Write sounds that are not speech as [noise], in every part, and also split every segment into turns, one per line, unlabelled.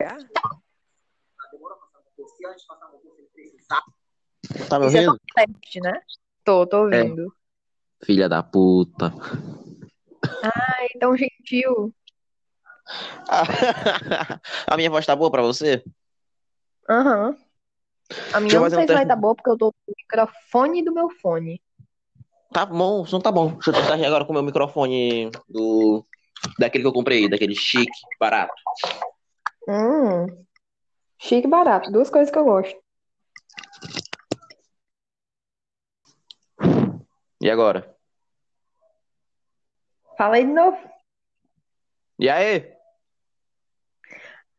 será?
Tá me
Isso é
ouvindo?
complexo, né? Tô, tô ouvindo.
Filha da puta.
Ai, tão É. então, gentil.
[laughs] A minha voz tá boa pra você?
Aham. A minha
Deixa eu
eu não
fazer um
sei se vai
teste.
estar boa, porque eu tô com o microfone do meu fone.
Tá bom, o som tá bom. Deixa eu testar aqui agora com o meu microfone do. Daquele que eu comprei, daquele chique, barato.
Hum. Chique e barato. Duas coisas que eu gosto.
E agora?
Fala aí de novo.
E aí?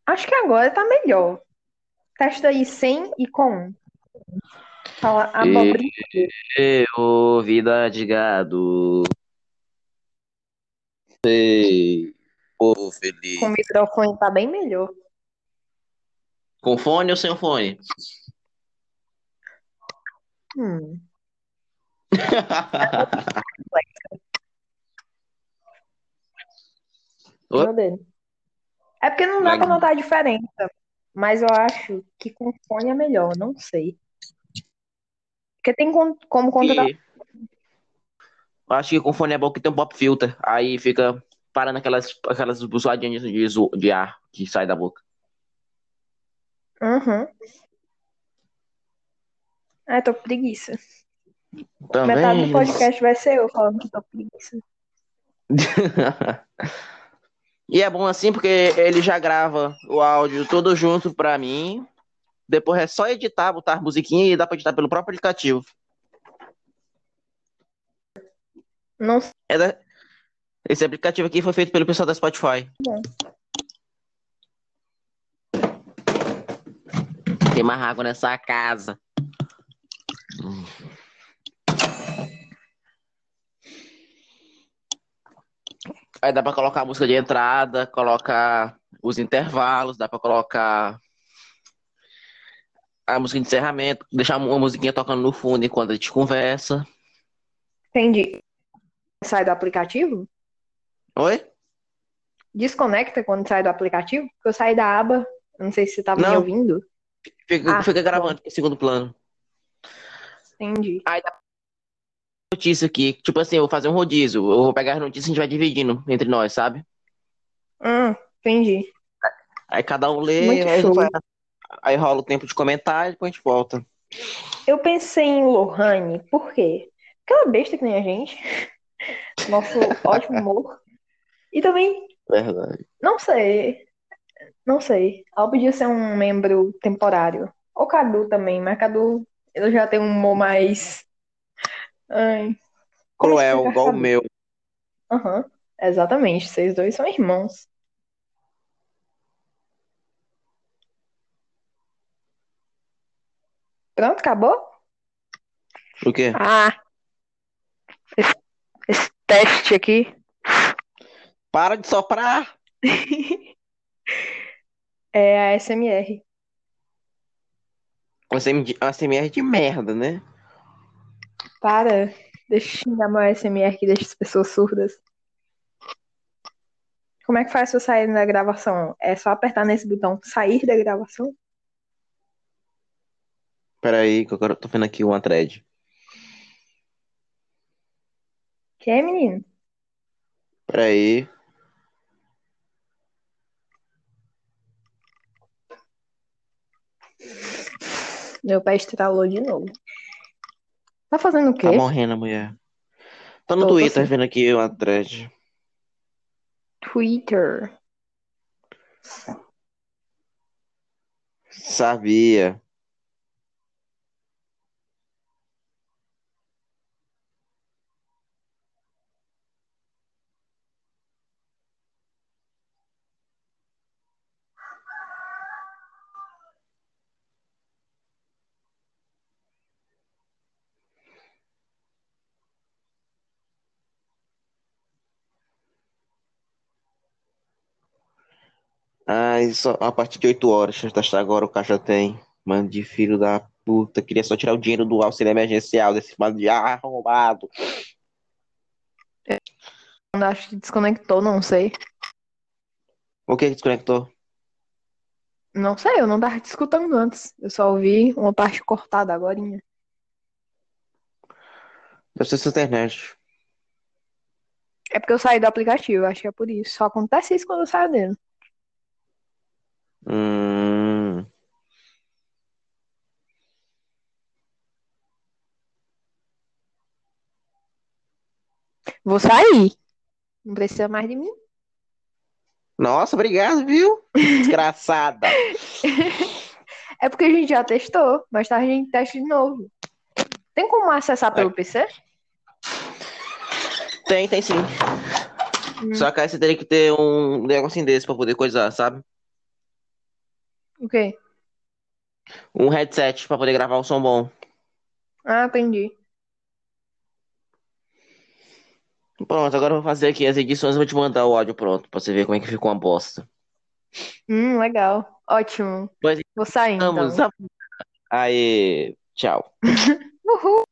Acho que agora tá melhor. Testa aí sem e com. Fala abobrinha.
E, ô, vida de gado. Sei. Povo feliz.
Com o microfone tá bem melhor.
Com fone ou sem fone?
Hum.
Ô.
Meu Deus. É porque não dá
Vai.
pra notar a diferença. Mas eu acho que com fone é melhor. Não sei. Porque tem con- como controlar.
E- Acho que com fone é bom que tem um pop filter. Aí fica parando aquelas, aquelas zoadinhas de, zo- de ar que sai da boca.
Uhum. Ah, eu tô com preguiça. Metade
Também.
do podcast vai ser eu falando que tô com preguiça.
[laughs] e é bom assim porque ele já grava o áudio todo junto pra mim. Depois é só editar, botar musiquinha e dá pra editar pelo próprio aplicativo.
Não sei.
É da- Esse aplicativo aqui foi feito pelo pessoal da Spotify. Tem mais água nessa casa. Aí dá pra colocar a música de entrada, colocar os intervalos, dá pra colocar a música de encerramento, deixar uma musiquinha tocando no fundo enquanto a gente conversa.
Entendi. Sai do aplicativo?
Oi?
Desconecta quando sai do aplicativo? Porque eu saí da aba. eu Não sei se você tava me
Não.
ouvindo.
Fica,
Ah,
fica gravando em segundo plano.
Entendi.
Notícia aqui. Tipo assim, eu vou fazer um rodízio. Eu vou pegar as notícias e a gente vai dividindo entre nós, sabe?
Hum, entendi.
Aí cada um lê,
Muito
aí,
show.
vai- aí rola o tempo de comentário e depois a gente volta.
Eu pensei em Lohane, por quê? Porque ela é besta que nem a gente. [laughs] Nosso ótimo humor. E também,
Verdade.
não sei. Não sei. Ela podia ser um membro temporário. Ou Cadu também, mas Cadu ele já tem um humor mais. Ai, como
Cruel,
explicar,
igual o
sabe?
meu.
Aham, exatamente. Vocês dois são irmãos. Pronto, acabou?
O quê?
Ah, esse, esse teste aqui.
Para de soprar!
[laughs] É a SMR.
Uma CM uma CMR de merda, né?
Para, deixa eu xingar meu SMR que deixa as pessoas surdas. Como é que faz pra eu sair da gravação? É só apertar nesse botão sair da gravação?
Peraí, que agora eu tô vendo aqui uma thread.
Que é, menino?
Peraí.
Meu pé estralou de novo. Tá fazendo o quê?
Tá morrendo a mulher. Tô no
Tô, tô
Twitter
sim.
vendo aqui uma thread.
Twitter.
Sabia. Ah, isso a partir de 8 horas. Deixa eu testar agora o caixa tem. Mano de filho da puta. Queria só tirar o dinheiro do auxílio emergencial desse mano de arrombado.
Quando acho que desconectou, não sei.
O que que desconectou?
Não sei, eu não tava te escutando antes. Eu só ouvi uma parte cortada agorinha.
Deve ser sua internet.
É porque eu saí do aplicativo, acho que é por isso. Só acontece isso quando eu saio dele.
Hum.
Vou sair. Não precisa mais de mim.
Nossa, obrigado, viu? Desgraçada.
É porque a gente já testou, mas tá a gente testa de novo. Tem como acessar pelo PC?
Tem, tem sim.
Hum.
Só que aí você teria que ter um negocinho desse pra poder coisar, sabe?
O quê?
Um headset pra poder gravar um som bom.
Ah, entendi.
Pronto, agora eu vou fazer aqui as edições e vou te mandar o áudio pronto, pra você ver como é que ficou uma bosta.
Hum, legal. Ótimo.
Pois
Vou sair, então.
Vamos. Aí, tchau.
Uhul.